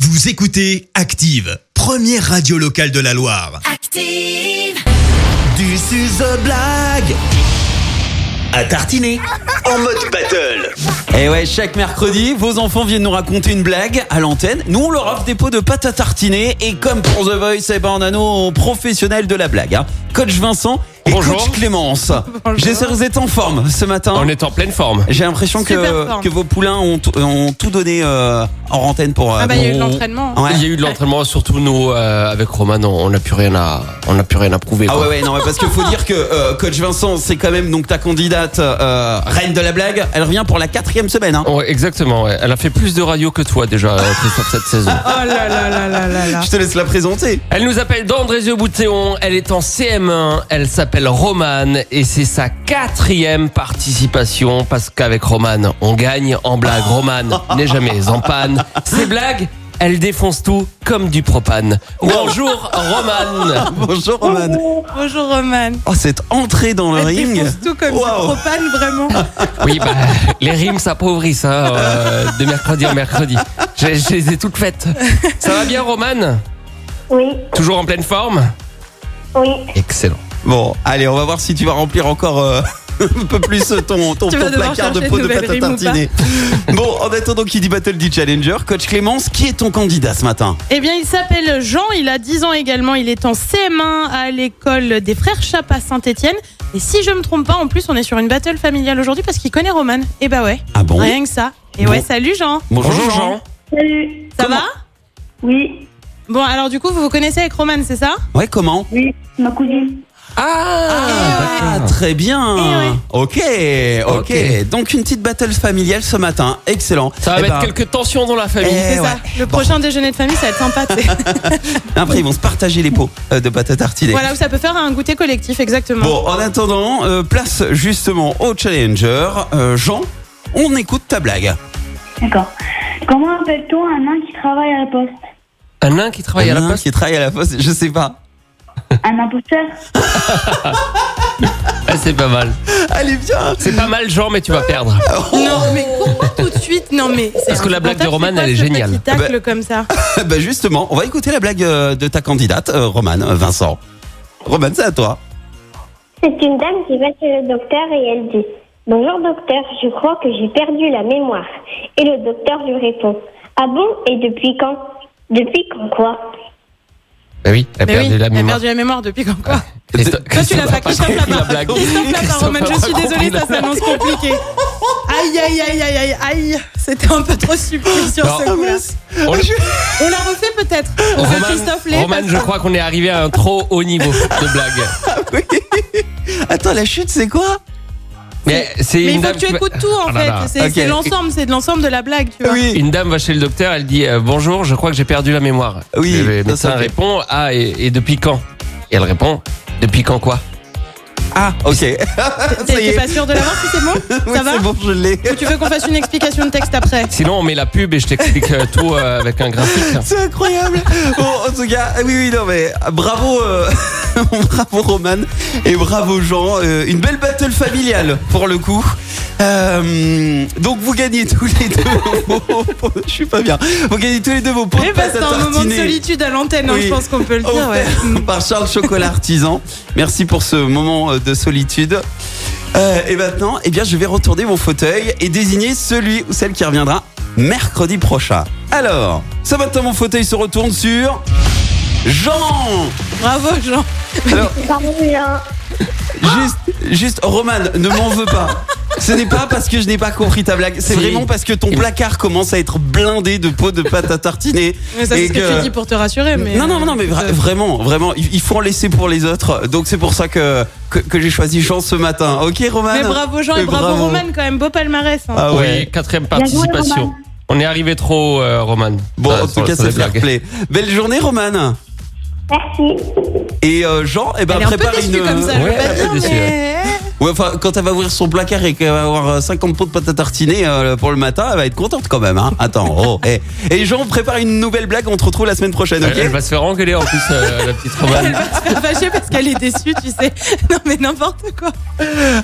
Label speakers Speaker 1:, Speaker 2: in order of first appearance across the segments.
Speaker 1: Vous écoutez Active, première radio locale de la Loire.
Speaker 2: Active.
Speaker 3: Ah
Speaker 4: Du suzo blague à tartiner en mode battle.
Speaker 5: Et Eh ouais, chaque mercredi, vos enfants viennent nous raconter une blague à l'antenne. Nous, on leur offre des pots de pâte à tartiner. Et comme pour The Voice, eh ben, on a nos professionnels de la blague. hein. Coach Vincent et
Speaker 6: Bonjour.
Speaker 5: coach Clémence. J'espère que vous êtes en forme ce matin.
Speaker 6: On est en pleine forme.
Speaker 5: J'ai l'impression
Speaker 3: Super
Speaker 5: que,
Speaker 3: forme.
Speaker 5: que vos poulains ont, tout- ont tout donné euh, en antenne pour... euh,
Speaker 3: Ah bah il y a eu de
Speaker 6: bon.
Speaker 3: l'entraînement.
Speaker 5: Ouais.
Speaker 6: Il y a eu de l'entraînement, surtout nous euh, avec Roman, on on n'a plus rien à, on n'a plus rien à prouver.
Speaker 5: Ah
Speaker 6: quoi.
Speaker 5: ouais, ouais non mais parce qu'il faut dire que euh, coach Vincent c'est quand même donc ta candidate euh, reine de la blague elle revient pour la quatrième semaine hein.
Speaker 6: Ouais, exactement. ouais. Elle a fait plus de radio que toi déjà, euh, Christophe, cette saison.
Speaker 3: Oh là là là là là là.
Speaker 5: je te laisse la présenter
Speaker 6: Elle nous appelle Dandrézieux Boutéon. Elle est en CM1. Elle s'appelle Romane et c'est sa quatrième participation parce qu'avec Romane, on gagne en blague. Romane n'est jamais en panne. Ses blagues, elle défonce tout comme du propane. Bonjour Romane.
Speaker 5: bonjour Roman
Speaker 3: Bonjour Roman.
Speaker 5: oh cette entrée dans le
Speaker 3: Elle
Speaker 5: ring Ah.
Speaker 3: défonce tout comme
Speaker 5: Waouh.
Speaker 3: du propane vraiment.
Speaker 6: Oui, bah, les rimes s'appauvrissent hein, euh, de mercredi en mercredi. Je, je les ai toutes faites. Ça va bien, Roman
Speaker 7: Oui,
Speaker 6: Toujours en pleine forme
Speaker 7: oui,
Speaker 6: Excellent.
Speaker 5: Bon, allez, on va voir si tu vas remplir encore euh, un peu plus euh, ton, ton,
Speaker 3: Tu
Speaker 5: ton
Speaker 3: vas devoir
Speaker 5: placard de
Speaker 3: chercher
Speaker 5: pots de
Speaker 3: une
Speaker 5: pâte à
Speaker 3: nouvelle rime ou
Speaker 5: tartiner. bon, en attendant qu'il dit Battle dit Challenger, coach Clémence, qui est ton candidat ce matin
Speaker 3: Eh bien il s'appelle Jean, il a 10 ans également, il est en CM1 à l'école des frères Chap à Saint-Étienne. Et si je me trompe pas, en plus on est sur une battle familiale aujourd'hui parce qu'il connaît Roman. Eh bah ouais,
Speaker 5: Ah bon
Speaker 3: rien que ça. Et
Speaker 5: Bon.
Speaker 3: ouais, salut Jean.
Speaker 5: Bonjour,
Speaker 6: Jean.
Speaker 7: salut,
Speaker 3: Ça va
Speaker 7: oui,
Speaker 3: Bon alors du coup vous vous connaissez avec Roman, c'est ça
Speaker 5: Ouais, comment
Speaker 7: oui, ma cousine.
Speaker 5: Ah, très bien.
Speaker 3: Eh ouais.
Speaker 5: Ok, ok.
Speaker 6: Ok.
Speaker 5: Donc une petite battle familiale ce matin. Excellent.
Speaker 6: Ça va
Speaker 5: Eh
Speaker 6: mettre
Speaker 5: ben,
Speaker 6: quelques tensions dans la famille.
Speaker 5: Eh
Speaker 3: C'est ça.
Speaker 5: ouais.
Speaker 3: Le prochain déjeuner de famille, ça va être sympa. tu sais.
Speaker 5: Après, ils vont se partager les pots euh, de pâte à tartiner.
Speaker 3: voilà où ça peut faire un goûter collectif, exactement.
Speaker 5: Bon, en attendant, euh, place justement au Challenger. Euh, Jean, on écoute ta blague.
Speaker 7: D'accord. Comment appelle-t-on un nain qui travaille à la poste
Speaker 6: Un nain qui travaille à la
Speaker 5: Un nain
Speaker 6: poste.
Speaker 5: qui travaille à la poste, je sais pas.
Speaker 7: Un imposteur
Speaker 6: Ah, c'est pas mal.
Speaker 5: Allez, bien.
Speaker 6: C'est pas mal, Jean, mais tu vas perdre.
Speaker 3: Non, mais pourquoi tout de suite Non, mais. c'est
Speaker 6: Parce que la blague de
Speaker 3: insupportable,
Speaker 6: Roman,
Speaker 3: c'est quoi
Speaker 6: elle est
Speaker 3: ce
Speaker 6: géniale.
Speaker 3: petit tacle comme ça.
Speaker 5: bah justement, on va écouter la blague euh, de ta candidate, euh, Romane, euh, Vincent. Romane, c'est à toi.
Speaker 8: C'est une dame qui va chez le docteur et elle dit Bonjour docteur, je crois que j'ai perdu la mémoire. Et le docteur lui répond Ah bon Et depuis quand Depuis quand quoi
Speaker 6: Bah oui, elle a
Speaker 3: Mais
Speaker 6: perdu
Speaker 3: oui,
Speaker 6: la
Speaker 3: elle a
Speaker 6: mémoire.
Speaker 3: perdu la mémoire depuis quand quoi
Speaker 6: Christo-
Speaker 3: Toi, tu l'as
Speaker 6: Christophe
Speaker 3: pas,
Speaker 6: a
Speaker 3: Christophe l'a
Speaker 6: compris
Speaker 3: pas.
Speaker 6: blague.
Speaker 3: Christophe l'a pas,
Speaker 6: Christophe
Speaker 3: Roman,
Speaker 6: a
Speaker 3: je suis
Speaker 6: pas
Speaker 3: désolée,
Speaker 6: compris
Speaker 3: ça s'annonce compliqué. Aïe, aïe, aïe, aïe, aïe, aïe. C'était un peu trop subtil sur
Speaker 6: Non.
Speaker 3: ce coup-là.
Speaker 6: la- On-
Speaker 3: On la refait peut-être pour que Christophe l'ait.
Speaker 6: Roman, Roman,
Speaker 3: parce
Speaker 6: je
Speaker 3: que-
Speaker 6: crois qu'on est arrivé à un trop haut niveau de blague.
Speaker 5: Oui. Attends, la chute, c'est quoi
Speaker 6: Mais c'est
Speaker 3: Mais
Speaker 6: une
Speaker 3: il faut
Speaker 6: dame
Speaker 3: que tu
Speaker 6: qui va-
Speaker 3: écoutes tout en
Speaker 6: Ah là
Speaker 3: fait.
Speaker 6: là.
Speaker 3: C'est
Speaker 5: Ok.
Speaker 3: c'est l'ensemble, c'est de l'ensemble de la blague, tu vois.
Speaker 5: Oui.
Speaker 6: Une dame va chez le docteur, elle dit euh, bonjour, je crois que j'ai perdu la mémoire.
Speaker 5: Oui,
Speaker 6: Et le
Speaker 5: ça,
Speaker 6: médecin
Speaker 5: ça, ok.
Speaker 6: répond ah et, et depuis quand Et elle répond depuis quand quoi
Speaker 5: Ah, ok. Ça
Speaker 3: T'es-
Speaker 5: y
Speaker 3: T'es
Speaker 5: est.
Speaker 3: pas sûr de l'avoir si c'est bon
Speaker 5: Oui,
Speaker 3: Ça va
Speaker 5: c'est bon, je l'ai.
Speaker 3: Ou tu veux qu'on fasse une explication de texte après
Speaker 6: Sinon on met la pub et je t'explique euh, tout euh, avec un graphique.
Speaker 5: C'est incroyable. Bon, en tout cas, ah oui, oui, non, mais bravo, euh, bravo Roman et bravo Jean. Euh, une belle battle familiale pour le coup. Euh, donc vous gagnez tous les deux. vos- je suis pas bien. Vous gagnez tous les deux vos pots
Speaker 3: Eh
Speaker 5: de
Speaker 3: bah,
Speaker 5: pâte
Speaker 3: c'est
Speaker 5: à
Speaker 3: un moment de
Speaker 5: tartiner
Speaker 3: solitude à l'antenne, hein,
Speaker 5: Oui.
Speaker 3: je pense qu'on peut le dire. Ouais.
Speaker 5: offert par Charles Chocolat Artisan. Merci pour ce moment euh, de solitude. Euh, et maintenant, eh bien, je vais retourner mon fauteuil et désigner celui ou celle qui reviendra mercredi prochain. Alors, ce matin, mon fauteuil se retourne sur Jean.
Speaker 3: Bravo Jean.
Speaker 5: Alors,
Speaker 8: Pardon, là.
Speaker 3: Ah
Speaker 5: juste, juste, Roman, ne m'en veux pas. Ce n'est pas parce que je n'ai pas compris ta blague, c'est
Speaker 6: Si.
Speaker 5: vraiment parce que ton placard commence à être blindé de pots de pâte à tartiner.
Speaker 3: Mais ça, c'est
Speaker 5: Et
Speaker 3: ce que,
Speaker 5: que-
Speaker 3: tu dis pour te rassurer. Mais
Speaker 5: Non, non, non, mais vra-
Speaker 3: euh,
Speaker 5: vraiment, vraiment, il il faut en laisser pour les autres. Donc c'est pour ça que, que, que j'ai choisi Jean ce matin. Ok, Roman
Speaker 3: Mais bravo Jean
Speaker 5: Ah, Mais
Speaker 3: et bravo,
Speaker 5: bravo.
Speaker 3: Roman, quand même, beau palmarès. hein.
Speaker 5: Ah ouais.
Speaker 6: Oui, quatrième
Speaker 7: Bien joué,
Speaker 6: participation.
Speaker 7: Roman.
Speaker 6: On est arrivé trop haut, euh, Roman.
Speaker 5: Bon,
Speaker 6: Euh,
Speaker 5: en
Speaker 6: sur-
Speaker 5: tout cas,
Speaker 6: sur
Speaker 5: c'est
Speaker 6: les
Speaker 5: fair
Speaker 6: blagues.
Speaker 5: play. Belle journée, Roman.
Speaker 8: Merci.
Speaker 5: Et euh, Jean, eh ben,
Speaker 3: Elle est un peu
Speaker 5: prépare
Speaker 3: déçue
Speaker 5: une.
Speaker 3: comme ça, je
Speaker 6: ouais,
Speaker 3: veux pas
Speaker 6: elle est
Speaker 3: dire,
Speaker 6: déçue,
Speaker 3: mais...
Speaker 5: Ouais, enfin, quand elle va ouvrir son placard et qu'elle va avoir euh, 50 pots de pâte à tartiner euh, pour le matin, elle va être contente quand même. Hein. Attends, oh, eh. Et Jean, prépare une nouvelle blague, on te retrouve la semaine prochaine,
Speaker 6: Elle, elle
Speaker 5: ok
Speaker 6: va se faire engueuler en plus, euh, la petite Roman.
Speaker 3: Elle va se faire fâcher parce qu'elle est déçue, tu sais. Non, mais n'importe quoi.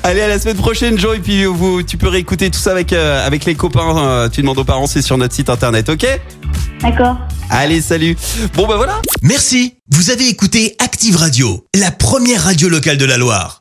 Speaker 5: Allez, à la semaine prochaine, Jean, et puis euh, vous, tu peux réécouter tout ça avec, euh, avec les copains. euh, tu demandes aux parents, c'est sur notre site internet, ok
Speaker 7: D'accord.
Speaker 5: Allez, salut. Bon, ben voilà.
Speaker 1: Merci. Vous avez écouté Active Radio, la première radio locale de la Loire.